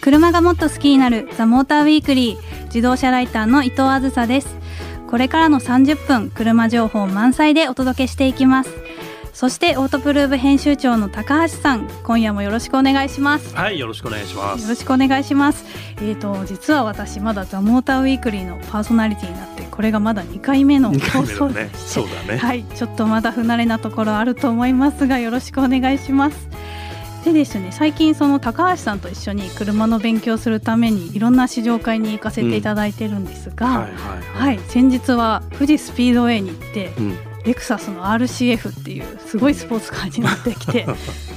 車がもっと好きになるザ・モーターウィークリー自動車ライターの伊藤あずさですこれからの30分車情報満載でお届けしていきますそしてオートプルーブ編集長の高橋さん今夜もよろしくお願いしますはい、よろしくお願いしまよす。ろしくお願いしますえーと実は私まだザ・モーターウィークリーのパーソナリティになってこれがまだ2回目の二回放目だ送ね。でしてそうだね。はい、ちょっとまだ不慣れなところあると思いますが、よろしくお願いします。でですね、最近その高橋さんと一緒に車の勉強するためにいろんな試乗会に行かせていただいてるんですが、ははいい、はいはい。先日は富士スピードウェイに行って、うん、レクサスの RCF っていうすごいスポーツカーに乗ってき て、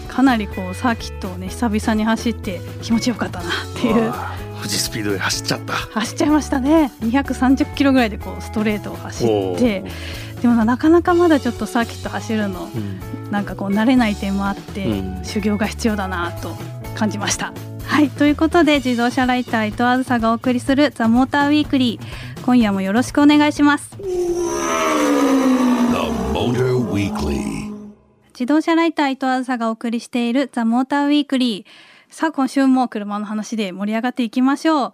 かなりこうサーキットをね久々に走って気持ちよかったなっていう。あー富士スピードで走っちゃった。走っちゃいましたね230キロぐらいでこうストレートを走おってーでもなかなかまだちょっとサーキット走るのうんなんかこう慣れない点もあって、うん修行が必要だなと感じました。はいということで自動車ライター伊藤あずさがお送りする「ザ・モーターウィークリー今夜もよろしくお願いします。 The Motor Weekly. 自動車ライター伊藤あずさがお送りしている「ザ・モーターウィークリーさあ今週も車の話で盛り上がっていきましょう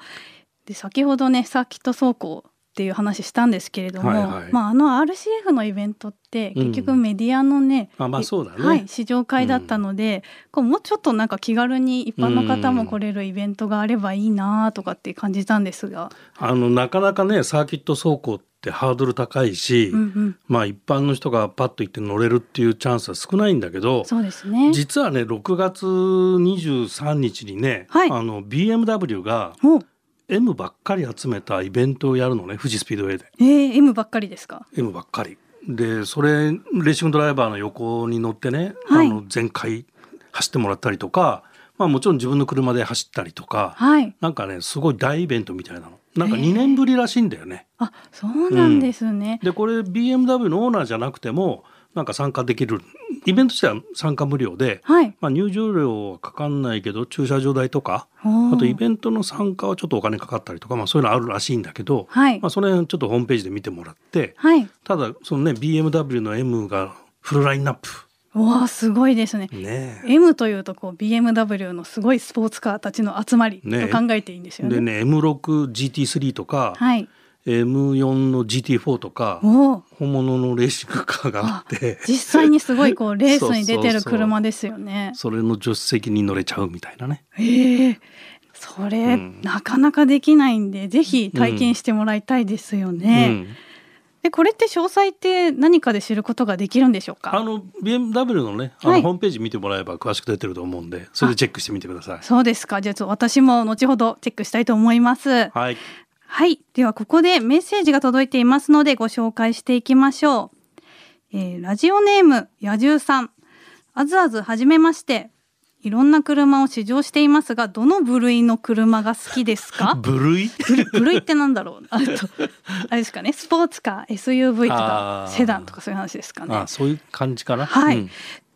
で先ほどねサーキット走行っていう話したんですけれども、はいはいまあ、あの RCF のイベントって結う局んメディアのね、あまあそうだねはい、試乗会だったので、こうもうちょっとなんか気軽に一般の方も来れるイベントがあればいいなとかって感じたんですが、あのなかなかね、サーキット走行ってハードル高いし、うんうん、まあ一般の人がパッと行って乗れるっていうチャンスは少ないんだけど。そうですね。実はね6月23日にね、はいあの BMW がお M ばっかり集めたイベントをやるのね富士スピードウェイでえー、M ばっかりですか M ばっかりでそれレーシングドライバーの横に乗ってね、はいあの全開走ってもらったりとか、まあ、もちろん自分の車で走ったりとか、はいなんかねすごい大イベントみたいなのなんかへえ2年ぶりらしいんだよね。あそうなんですね。でこれ BMW のオーナーじゃなくてもなんか参加できるイベント自体は参加無料で、はい。まあ、入場料はかかんないけど駐車場代とかああとイベントの参加はちょっとお金かかったりとか、まあ、そういうのあるらしいんだけど、はいまあ、その辺ちょっとホームページで見てもらって、はい。ただそのね BMW の M がフルラインナップうわあすごいですね。ね M というとこう BMW のすごいスポーツカーたちの集まりとね考えていいんですよね。でね M6GT3 とか、はい。 M4 の GT4 とかおお。本物のレーシングカーがあって実際にす ごいこうレースに出てるそうそうそう車ですよね。それの助手席に乗れちゃうみたいなねええそれ、うんなかなかできないんでぜひ体験してもらいたいですよね。うんでこれって詳細って何かで知ることができるんでしょうあか。の BMW のねあはのいホームページ見てもらえば詳しく出てると思うんでそれでチェックしてみてくださいそうですか。じゃあちょっと私も後ほどチェックしたいと思います。はいはい。では、ここでメッセージが届いていますので、ご紹介していきましょう。えーラジオネーム、野獣さん。あずあず、はじめまして。いろんな車を試乗していますが、どの部類の車が好きですか部類部類ってなんだろうあ と、あれですかね、スポーツカー、SUV とかあ、ーセダンとかそういう話ですか ねあ。そういう感じかなはい、うん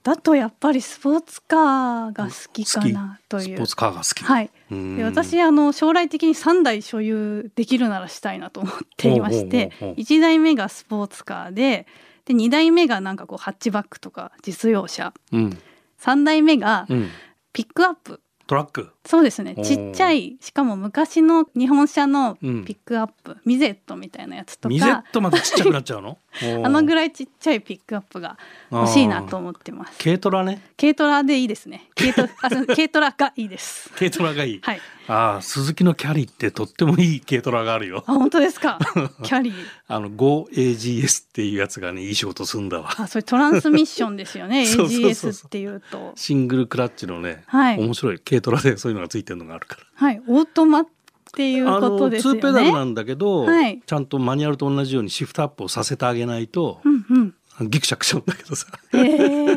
だとやっぱりスポーツカーが好きかなと好きいスうポーツカーが好きはい、うんで私あの将来的に3台所有できるならしたいなと思っていましてほうほうほうほう1台目がスポーツカーでで2台目がなんかこうハッチバックとか実用車うん3台目がうんピックアップ、トラックそうですねおーちっちゃいしかも昔の日本車のピうんックアップ、ミゼットみたいなやつとミゼッかトまでちっちゃくなっちゃうの あのぐらいらいちっちゃいピックアップが欲しいなと思ってます軽トラね軽トラでいいです ね軽トあそう軽トラがいいです軽トラがいい、 はいああ鈴木のキャリーってとってもいい軽トラがあるよあ本当で すかキャリーあの 5AGS っていうやつがねいい仕事すんだわあそれトランスミッションですよ ねそうそうそう AGS そうっていうとシングルクラッチのね、はい面白い軽トラでそういうのがついてるのがあるからはいオートマっていうあことのですツよーねペダルなんだけど、はいちゃんとマニュアルと同じようにシフトアップをさせてあげないと、うんうんギクシャクしちゃうんだけどさ、へえ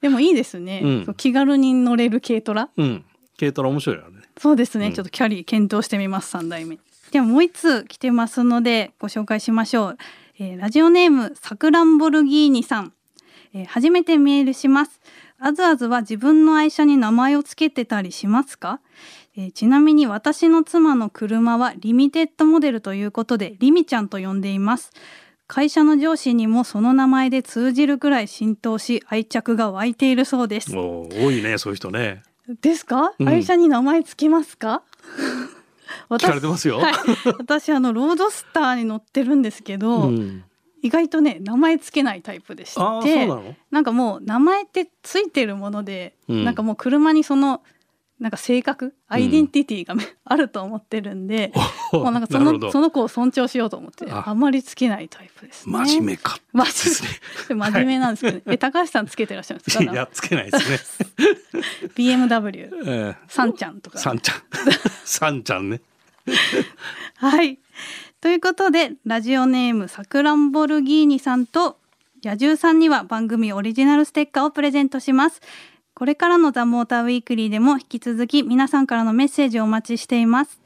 でもいいですね、うんそう気軽に乗れる軽トラうん、軽トラ面白いよねそうですね、うんちょっとキャリー検討してみます3代目ではもう一通来てますのでご紹介しましょう、えーラジオネームサクランボルギーニさん、えー初めてメールしますあずあずは自分の愛車に名前を付けてたりしますか、えーちなみに私の妻の車はリミテッドモデルということでリミちゃんと呼んでいます会社の上司にもその名前で通じるくらい浸透し愛着が湧いているそうですおー多いねそういう人ねですか、うん愛車に名前つきますか 聞かれてますよはい、私あのロードスターに乗ってるんですけど、うん意外とね名前つけないタイプでしてああそうなのなんかもう名前ってついてるもので、うんなんかもう車にそのなんか性格アイデンティティが、 あると思ってるんで、もうなんか なそるほのどその子を尊重しようと思ってああんまりつけないタイプですね。 真面目か真 ですね面目真面目なんですけど、ねえ高橋さんつけてらっしゃるんですかいやつけないですね BMW えーさんちゃんとかさんちゃんさんちゃんねはい。ということで、ラジオネームサクランボルギーニさんと野獣さんには番組オリジナルステッカーをプレゼントします。これからのザ・モーターウィークリーでも引き続き皆さんからのメッセージをお待ちしています。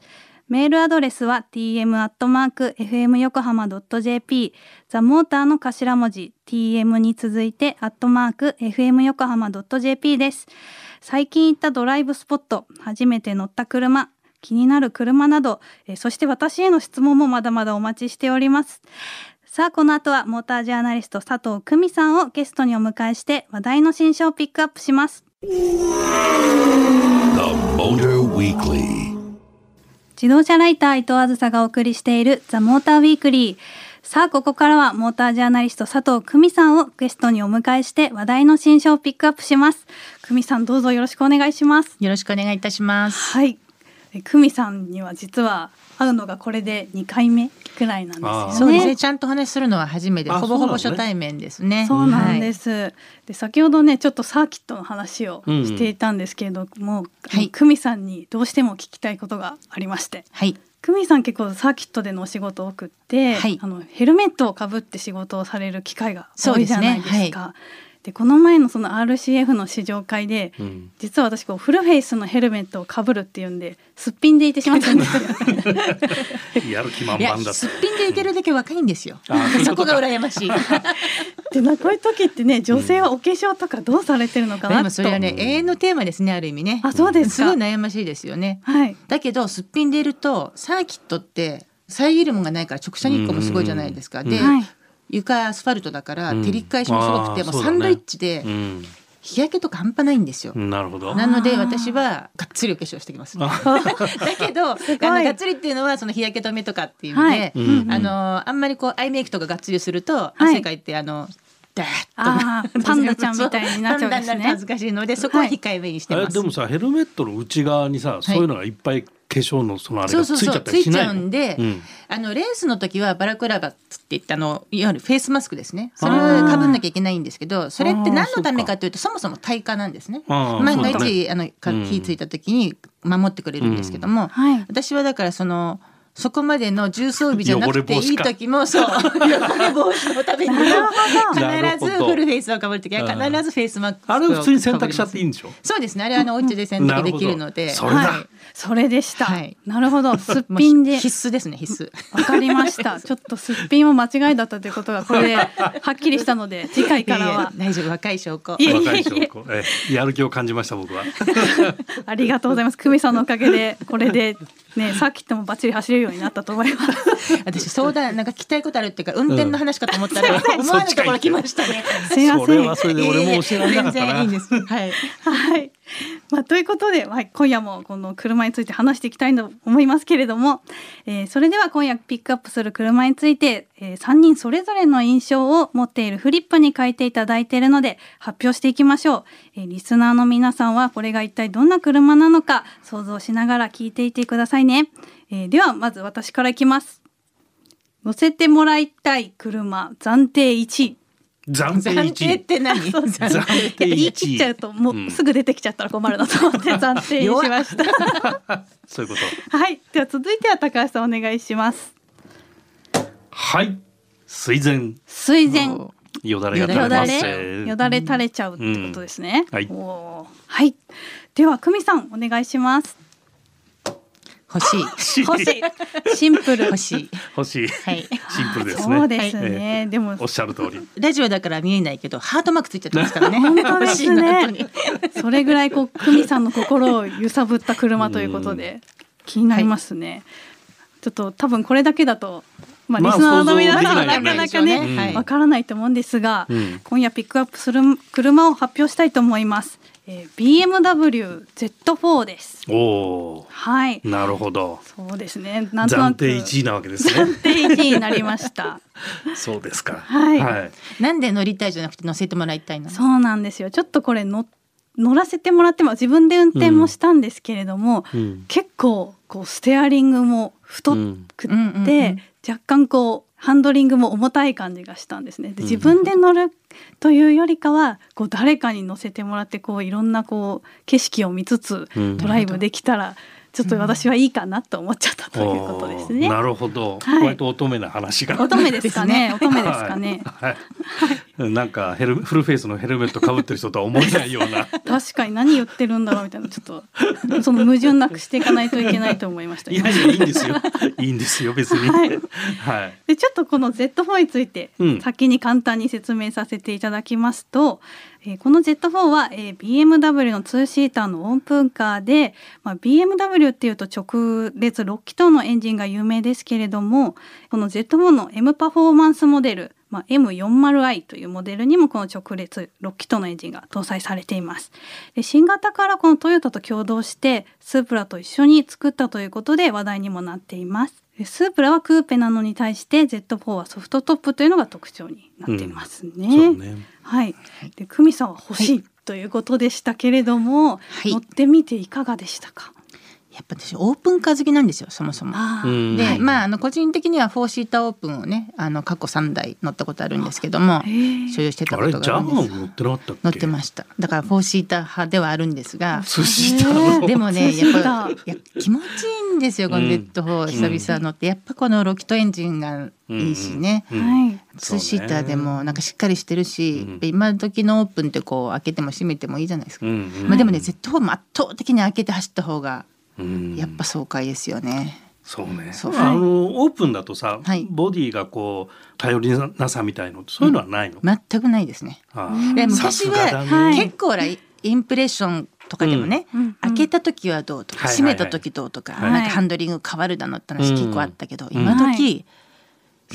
メールアドレスは tm.fmyokohama.jp ザ・モーターの頭文字 tm に続いて .fmyokohama.jp です。最近行ったドライブスポット、初めて乗った車、気になる車など、えーそして私への質問もまだまだお待ちしております。さあ、この後はモータージャーナリスト佐藤久美さんをゲストにお迎えして話題の新車をピックアップします。 The Motor Weekly. 自動車ライター伊藤あずさがお送りしているザ・モーターウィークリー。さあ、ここからはモータージャーナリスト佐藤久美さんをゲストにお迎えして話題の新車をピックアップします。久美さんどうぞよろしくお願いします。よろしくお願いいたします。はい。え久美さんには実は会うのがこれで2回目くらいなんですよあね。ーそうですね。ちゃんとお話しするのは初めて、あほぼほぼそうなのね初対面ですね。。そうなんですす、で先ほどねちょっとサーキットの話をしていたんですけれども、はい久美さんにどうしても聞きたいことがありましてはい。久美さん結構サーキットでのお仕事多くって、はいあのヘルメットをかぶって仕事をされる機会が多いじゃないですか。そでうですねこの前のその RCF の試乗会で、うん実は私こうフルフェイスのヘルメットをかぶるっていうんですっぴんでいてしまったんです よ。やる気満いや、々だすっぴんでいてるだけ若いんですよ。あそういうそことこかが羨ま しい。でなこういう時ってね女性はお化粧とかどうされてるのかなと。今それはね、永遠のテーマですね、ある意味ね。あそうですすかごい悩ましいですよね。はいだけど、すっぴんでいると、サーキットって遮るもんがないから、直射日光もすごいじゃないですか。うんで、はい床アスファルトだから、うん照り返しもすごくて、あーもうそサうだねンドイッチでう、ん日焼けとか半端ないんですよ。なるほどなので私はがっつりお化粧してき ます。だけどあごいのがっつりっていうのはその日焼け止めとかっていうのはいで、うんうんあのあんまりこうアイメイクとかがっつりするとい汗かいてあのダーッとあーパンダちゃんみたいになっちゃうんですねパンダになると恥ずかしいのでそこは控えめにしてえます。でもさヘルメットの内側にさそういうのがいっぱい化粧のそのあれそがうつそういちゃそっうたつりいしちないゃうのんで、うんあのレースの時はバラクラバつって言ってあのいわゆるフェイスマスクですねそれをかぶんなきゃいけないんですけどそれって何のためかというとそもそも体感なんですねあー万がそうだ一、ねあのかうん火ついた時に守ってくれるんですけども、はい私はだからそのそこまでの重装備じゃなくて汚れ防い止いか時もそう 汚れ防止のためにも なる必ほどずフルフェイスをかぶる時はうん必ずフェイスマスクをあれ普通に選択しちゃっていいんででしょそうですねあれはあのお家で選択できるのなでるほどそれだはいそれでした。はいなるほど、すっもうぴんで。必須ですね必須。わかりました。ちょっとすっぴんは間違いだったということが、これではっきりしたので、次回からはいやいや大丈夫若い証拠いえ若い証拠ええやる気を感じました僕はありがとうございます。久美さんのおかげで、これで、ね、さっきともバッチリ走れるようになったと思います。私相談なんか聞きたいことあるっていうから運転の話かと思ったら、思わぬところ来ましたねすいません。それはそれで俺も教えられなかったいえいえ全然いいんでなすはいはい、まあ、ということで、はい、今夜もこの車について話していきたいと思いますけれども、えーそれでは今夜ピックアップする車について、え3人それぞれの印象を持っているフリップに書いていただいているので発表していきましょう、えーリスナーの皆さんはこれが一体どんな車なのか想像しながら聞いていてくださいね、えーではまず私からいきます乗せてもらいたい車暫定1位暫定暫定1っ位て何暫暫定やっぱ言い1切っちゃう位ともうんうすぐ出てきちゃったら困るなと 思って暫定にしました。そういうこと はい、では続いては高橋さんお願いします。はい水前水前およだれが垂よれだますれよだれ垂れちゃうってことですね。うんはいおーはい。では久美さんお願いします。 欲しい欲しい。シンプル。欲しい欲しいはいシンプルですねそうですね。でもおっしゃる通りラジオだから見えないけどハートマークついちゃってますからね本当で欲しいすな本当にね。 それぐらいこう久美さんの心を揺さぶった車ということで気になりますね。ちょっと多分これだけだとまあ、まリあスナーの皆さん想像はでなきなかいなでかねはいわからないと思うんですが、うん今夜ピックアップする車を発表したいと思います、えー、BMW Z4 ですおおはいーなるほどそうですねなんとな暫く定1位なわけです ね暫定1位になりま したそうですかはいはい、なんで乗りたいじゃなくて乗せてもらいたいのそうなんですよちょっとこれ乗乗らせてもらっても自分で運転もしたんですけれども、うん結構こうステアリングも太くって、うんうんうんうん若干こうハンドリングも重たい感じがしたんですね。で自分で乗るというよりかはこう誰かに乗せてもらってこういろんなこう景色を見つつうんドライブできたらちょっと私はいいかなと思っちゃったということですね。おーなるほど、はい割と乙女な話が乙女ですかね。乙女ですかね。はい、はい、なんかヘルフルフェイスのヘルメットかぶってる人とは思えないよう な確かに何言ってるんだろうみたいなちょっとその矛盾なくしていかないといけないと思いました。いやいやいいんですよいいんですよ別にははいい、でちょっとこの Z4 についてうん先に簡単に説明させていただきますと、えーこの Z4 は、えー BMW のツーシーターのオープンカーで、まあ、BMW っていうと直列6気筒のエンジンが有名ですけれどもこの Z4 の M パフォーマンスモデル、まあ、M40i というモデルにもこの直列6気筒のエンジンが搭載されています。で新型からこのトヨタと共同してスープラと一緒に作ったということで話題にもなっていますでスープラはクーペなのに対して Z4 はソフトトップというのが特徴になっていますね,、そうねはいで久美さんは欲しいということでしたけれども、い乗ってみていかがでしたか、やっぱ私オープンカー好きなんですよそもそも。ああうんでまあ、あの個人的にはフォーシーターオープンをねあの過去3台乗ったことあるんですけどもへえ所有してたあこれジとがあャるガんーもです乗ってなかったっけ乗ってましただからフォーシーター派ではあるんですが寿司だのでもねフォーやシーっターぱいや気持ちいいんですよこのうんデッドホー久々乗ってやっぱこのロキットエンジンがいいしね、うんはいツーシーターでもなんかしっかりしてるし、うん今時のオープンってこう開けても閉めてもいいじゃないですか、うんうんまあ、でもね Z4 も圧倒的に開けて走った方がうんやっぱ爽快ですよね、そうねそうあのオープンだとさ、はいボディがこう頼りなさみたいのそういうのはないの、全くないですねあであさ昔すがだはねはい結構ほらイインプレッションとかでもね、うんうん開けた時はどうとか、はいはい閉はいめた時どうとか,、はいなんかハンドリング変わるだのって話結構あったけど、うん今時、はいい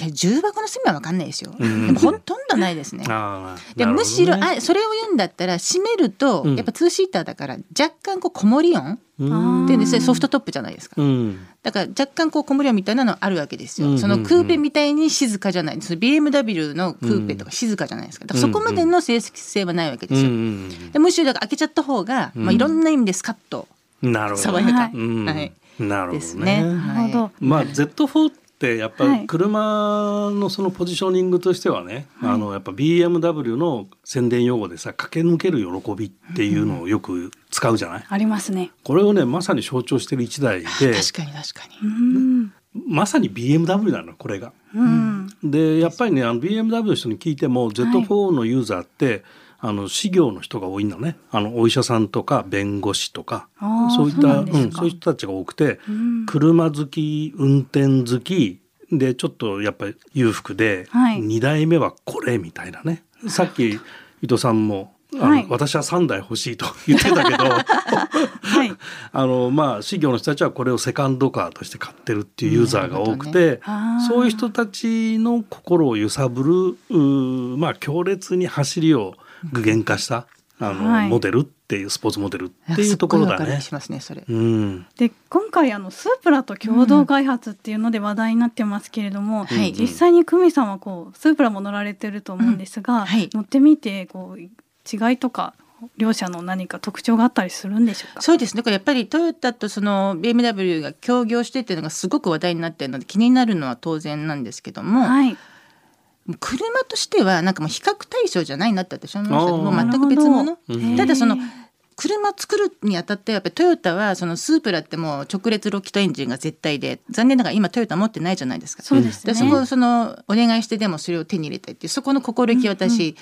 や重箱の隅は分かんないですよ、うんでもほとんどないですね。ああでなるほどねむしろあそれを言うんだったら閉めると、うんやっぱツーシーターだから若干こう子守音うんで、ね、それソフトトップじゃないですか、うんだから若干こう子守音みたいなのあるわけですよ、うんそのクーペみたいに静かじゃないその BMW のクーペとか静かじゃないですかだからそこまでの成績性はないわけうですよ、んでむしろだから開けちゃった方が、まあ、いろんな意味でスカッとうんなるほど爽やか、ははいいうんなるほどねですね。なるほど、はいまあ Z4 ってやっぱはいり車のそのポジショニングとしてはね、あのやっぱ BMW の宣伝用語でさ駆け抜ける喜びっていうのをよく使うじゃない、ありますねこれをねまさに象徴してる一台で確かに確かうに、んまさに BMW なのこれが。うんでやっぱりねあの BMW の人に聞いても Z4 のユーザーって、あの事業の人が多いのねあのお医者さんとか弁護士とかあーそういっそうたなんですかそういう人たちが多くて、うん車好き運転好きでちょっとやっぱり裕福で、はい2代目はこれみたいなねさっき伊藤さんもあの、はい私は3台欲しいと言ってたけ ど。はいあのまあ、事業の人たちはこれをセカンドカーとして買ってるっていうユーザーが多くなて、あー そういう人たちの心を揺さぶるうーまあ、強烈に走りを具現化したあの、はいモデルっていうスポーツモデルっていうところだすっごいわかるね気。しますねそれ、うんで今回あのスープラと共同開発っていうので話題になってますけれども、はい実際に久美さんはこうスープラも乗られてると思うんですが、んはい乗ってみてこう違いとか両者の何か特徴があったりするんでしょうか。そうですねだからやっぱりトヨタとその BMW が協業してっていうのがすごく話題になってるので気になるのは当然なんですけども、はい、車としてはなんかもう比較対象じゃないなって私は思いましたあーもう全く別な物るほどうんただそのへー車作るにあたってはやっぱりトヨタはそのスープラってもう直列ロキットエンジンが絶対で残念ながら今トヨタ持ってないじゃないですかそうですねでそこをそのお願いしてでもそれを手に入れたいっていうそこの心意気私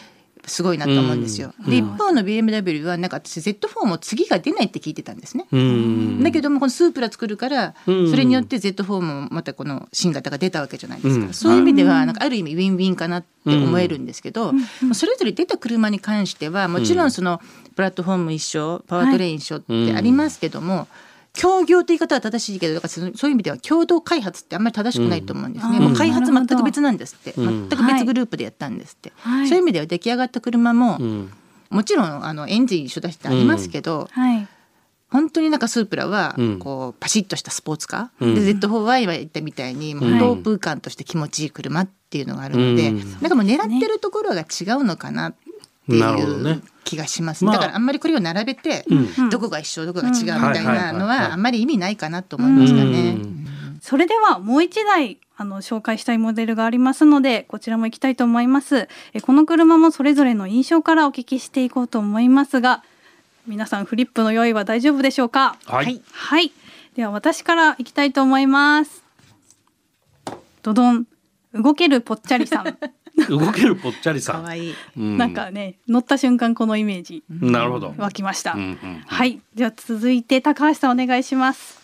すごいなと思うんですよ。うんでう一ん方の BMW はなんか私 Z4 も次が出ないって聞いてたんですね。うんだけどもこのスープラ作るからそうんれによって Z4 もまたこの新型が出たわけじゃないですうかんそういう意味ではなんかある意味ウィンウィンかなって思えるんですけどそれぞれ出た車に関してはもちろんそのプラットフォーム一緒パワートレイン一緒ってありますけども協業という言い方は正しいけどだからそのそういう意味では共同開発ってあんまり正しくないと思うんですね、うんもう開発なるほど全く別なんですって、うん全く別グループでやったんですって、はいそういう意味では出来上がった車も、うんもちろんあのエンジン一緒だしってありますけど、はい。本当になんかスープラはうんこうパシッとしたスポーツカー、うんで Z4Y は言ったみたいにもうロープ感として気持ちいい車っていうのがあるので、うんなんかもう狙ってるところが違うのかなってなるほどいねう気がします、まあだからあんまりこれを並べて、うんどこが一緒どこが違うみたいなうんのはいはいはいはいはあんまり意味ないかなと思いましたね。うんそれではもう一台あの紹介したいモデルがありますのでこちらも行きたいと思いますえこの車もそれぞれの印象からお聞きしていこうと思いますが皆さんフリップの用意は大丈夫でしょうかはいはい、では私から行きたいと思いますドドン動けるぽっちゃり さん、動けるぽっちゃりさん。いい。うんなんかね乗った瞬間このイメージなるほど。湧きました、うんうんはいでは続いて高橋さんお願いします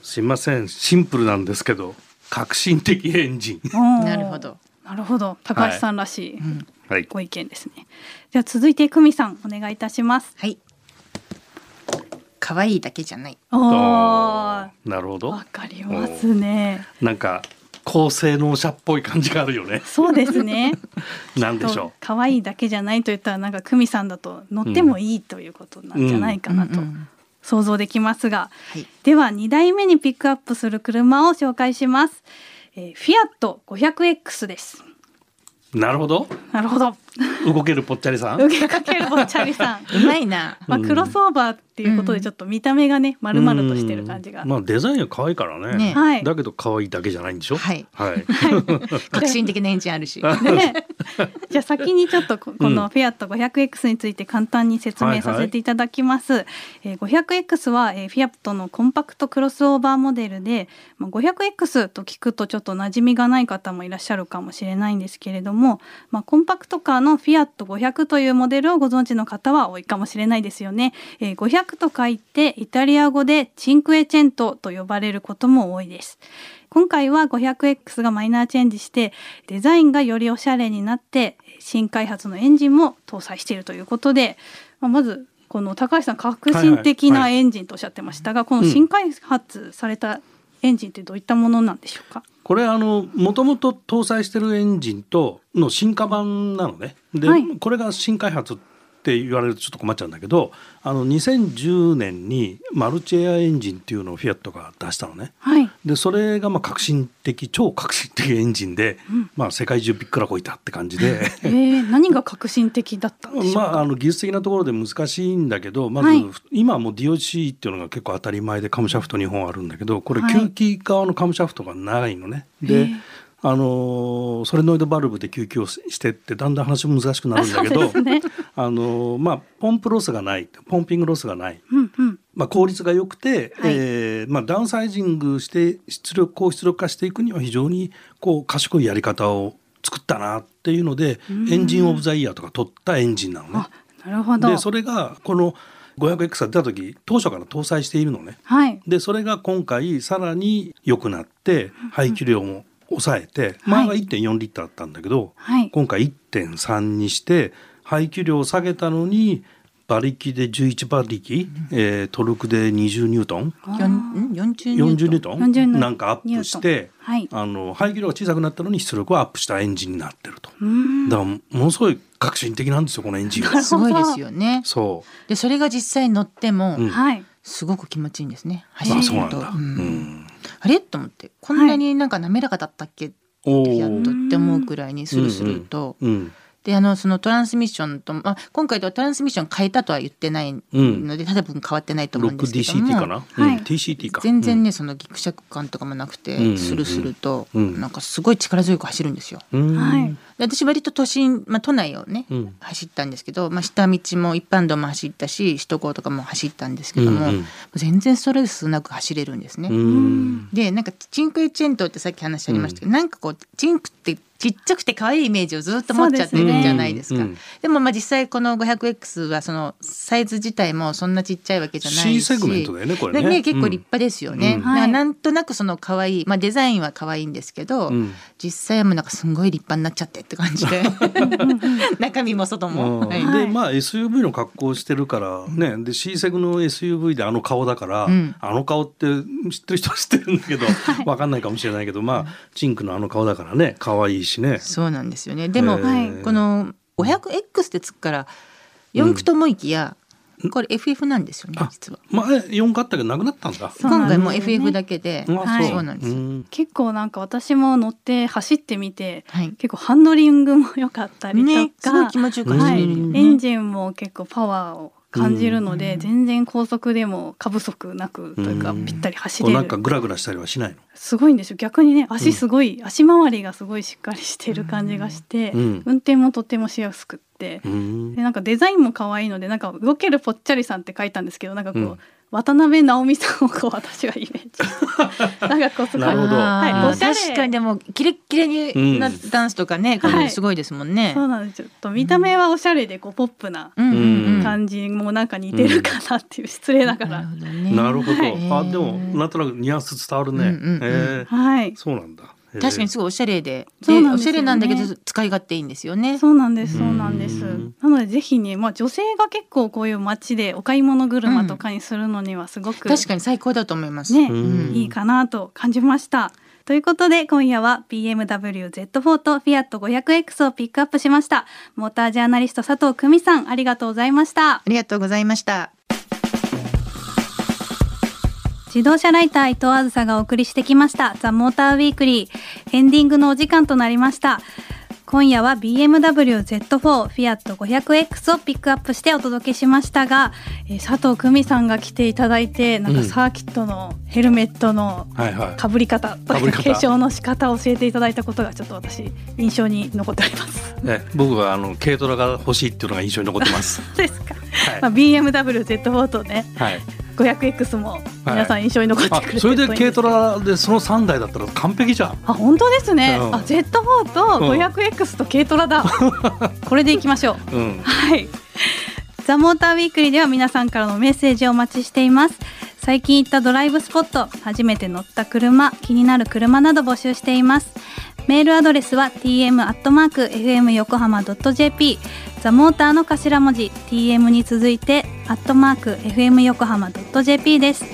すいませんシンプルなんですけど革新的エンジン。ななるほど。なるほど高橋さんらしいうんはい。ご意見ですね。では続いて久美さんお願いいたします。はい。可愛いだけじゃない。おお、なわるほど。かりますね。なんか高性能車っぽい感じがあるよね。そうですね。 なんでしょ可愛いだけじゃないと言ったらなんか久美さんだと乗ってもいいということなんじゃないかなとうんうん想像できますが、はいでは2台目にピックアップする車を紹介します。えー、フィアット 500X です。う。なるほど。なるほ ど。動けるぽっちゃりさん。受けかけるボチャリさん。うまいな。 まあ、クロスオーバーっていうことでちょっと見た目がね丸々としてる感じがうんまあデザインは可愛いからね。ねはいだけど可愛いだけじゃないんでしょ。はいはい。革新的なエンジンあるし。ね、 じゃあ先にちょっとここのフィアット 500X について簡単に説明させていただきます。えー 500X は、えーフィアットのコンパクトクロスオーバーモデルで、まあ、500X と聞くとちょっと馴染みがない方もいらっしゃるかもしれないんですけれども、まあ、コンパクトカーのフィアット500というモデルをご存知の方は多いかもしれないですよね。えー500と書いてイタリア語でチンクエチェントと呼ばれることも多いです。今回は 500X がマイナーチェンジしてデザインがよりおしゃれになって新開発のエンジンも搭載しているということで、まあまずこの高橋さん革新的はいはないエンジンとおっしゃってましたが、この新開発されたエンジンってどういったものなんでしょうか、これあのもともと搭載してるエンジンとの進化版なのねで、はいこれが新開発って言われるとちょっと困っちゃうんだけどあの2010年にマルチエアエンジンっていうのをフィアットが出したのねはいでそれがまあ革新的超革新的エンジンで、まあ、世界中びっくらこいたって感じで えー、何が革新的だったんでしょうまか、ああの技術的なところで難しいんだけどまず、はい今はもう DOC っていうのが結構当たり前でカムシャフト2本あるんだけどこれはい吸気側のカムシャフトがないのね。で、あのーソレノイドバルブで吸気をしてってだんだん話も難しくなるんだけそうどですね あのーまあ、ポンプロスがないポンピングロスがない、うんうんまあ、効率が良くて、はいえーまあ、ダウンサイジングして出力高出力化していくには非常にこう賢いやり方を作ったなっていうのでエンジン・オブ・ザ・イヤーとか取ったエンジンなのねあ。なるほどでそれがこの 500X が出た時当初から搭載しているのね。はいでそれが今回さらに良くなって排気量も抑えて、前は1.4リッターだったんだけど、はい今回1.3にして排気量を下げたのに馬力で11馬力、えートルクで20ニュートン四四十40ニュートン40なんかアップして、ニュートあの排気量が小さくなったのに出力はアップしたエンジンになってると。うーんだからものすごい革新的なんですよこのエン ジンは。すごいですよね。そ でそれが実際に乗っても、うんはいすごく気持ちいいんですね。う、走まあ、るそうなんと。だ。うんうんあれと思ってこんなになんか滑らかだったっけ、おやっとーって思うくらいにスルスルと。うんであのそのトランスミッションと、まあ、今回ではトランスミッション変えたとは言ってないのうで、ん多分変わってないと思うんですけども 6DCT かな、はいうん TCT か全然ね、そのギクシャク感とかもなくて、うんうんうんスルスルと、うんなんかすごい力強く走るんですよ。うんはいで私割と都心、まあ、都内をね、うん走ったんですけど、まあ、下道も一般道も走ったし首都高とかも走ったんですけども、うんうん全然ストレスなく走れるんですね。うんでなんかチンクエチェントってさっき話ありましたけど、なんかこうチンクってちっちゃくて可愛いイメージをずっと持っちゃってるんじゃないですか。そでうですねうんもまあ実際この 500X はそのサイズ自体もそんなちっちゃいわけじゃないし。 C セグメントだよねこれねで結構立派ですよね。うんだかはらいなんとなくその可愛い、まあデザインは可愛いんですけど、うん実際はもうなんかすんごい立派になっちゃってって感じ で、中身も外も。うんはいはいでまあ SUV の格好をしてるからねで C セグの SUV であの顔だから、うんあの顔って知ってる人は知ってるんだけど、わかんないかもしれないけどまあチンクのあの顔だからね可愛いしね。そうなんですよね。でも、えはいーこの 500X ってつくから四駆と思いきや、これ FF なんですよねあ実は。前4買ったけどなくなったんだ。そう今なんですよね回も FF だけで、はいそうなんですよ。ん結構なんか私も乗って走ってみてはい。結構ハンドリングも良かったりとか、ね、すごい気持ちよく走はい、れエるよね。ンジンも結構パワーを感じるので、全然高速でも過不足なくというか、うんぴったり走こうれなんかるグラグラしたりはしないの。すごいんですよ逆にね足すごい、足回りがすごいしっかりしてる感じがして、うん運転もとてもしやすくって、うんでなんかデザインも可愛いのでなんか動けるぽっちゃりさんって書いたんですけどなんかこう、うん渡辺直美さんをこう私はイメージし てなんかこうすごなるほいどはいはいおしゃれ確かにでもキレッキレになダンスとかね、うんこれすごいですもんね。そうなんですよちょっと見た目はおしゃれでこうポップなうんうんうん。感じもなんか似てるかなっていう、失礼ながら、なるほどね。なるほど。はいあでもなんとなくニュアンス伝わるね。うんうんうんえーはいそうなんだ。えー確かにすごいおしゃれで、そうなんおですしよねゃれなんだけど使い勝手いいんですよね。そうなんですそうなんですうんなのでぜひね、まあ、女性が結構こういう街でお買い物車とかにするのにはすごく、確かに最高だと思います。ね、うんいいかなと感じましたということで今夜は BMW Z4 と Fiat500X をピックアップしましたモータージャーナリスト佐藤久美さんありがとうございましたありがとうございました。自動車ライター伊藤あずさがお送りしてきましたザ・モーターウィークリーエンディングのお時間となりました今夜は BMW Z4 フィアット 500X をピックアップしてお届けしましたが、えー佐藤久美さんが来ていただいてなんうかんサーキットのヘルメットのはいはい。かぶり方と被りいう方か継承の仕方を教えていただいたことがちょっと私印象に残っております。ね僕はあの軽トラが欲しいっていうのが印象に残って ます。そうですか。はいまあ、BMW Z4 とねはい。 500X も皆さん印象に残ってあくれてるそれでといいん軽すけトどラでその3台だったら完璧じゃん。あ本当ですね。うんあ Z4 と 500X と軽ト ラだ。これでいきましょう。うん。はい。ザモーターウィークリーでは皆さんからのメッセージをお待ちしています。最近行ったドライブスポット、初めて乗った車、気になる車など募集しています。メールアドレスは tm@fmyokohama.jp、ザモーターの頭文字 tm に続いて @fmyokohama.jp です。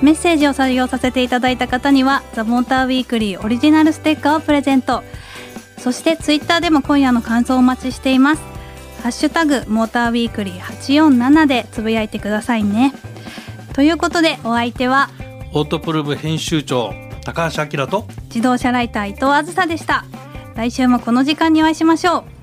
メッセージを採用させていただいた方にはザモーターウィークリーオリジナルステッカーをプレゼント。そしてツイッターでも今夜の感想をお待ちしています。ハッシュタグモーターウィークリー847でつぶやいてくださいね。ということでお相手はオートプルーブ編集長高橋明と自動車ライター伊藤あずさでした。来週もこの時間にお会いしましょう。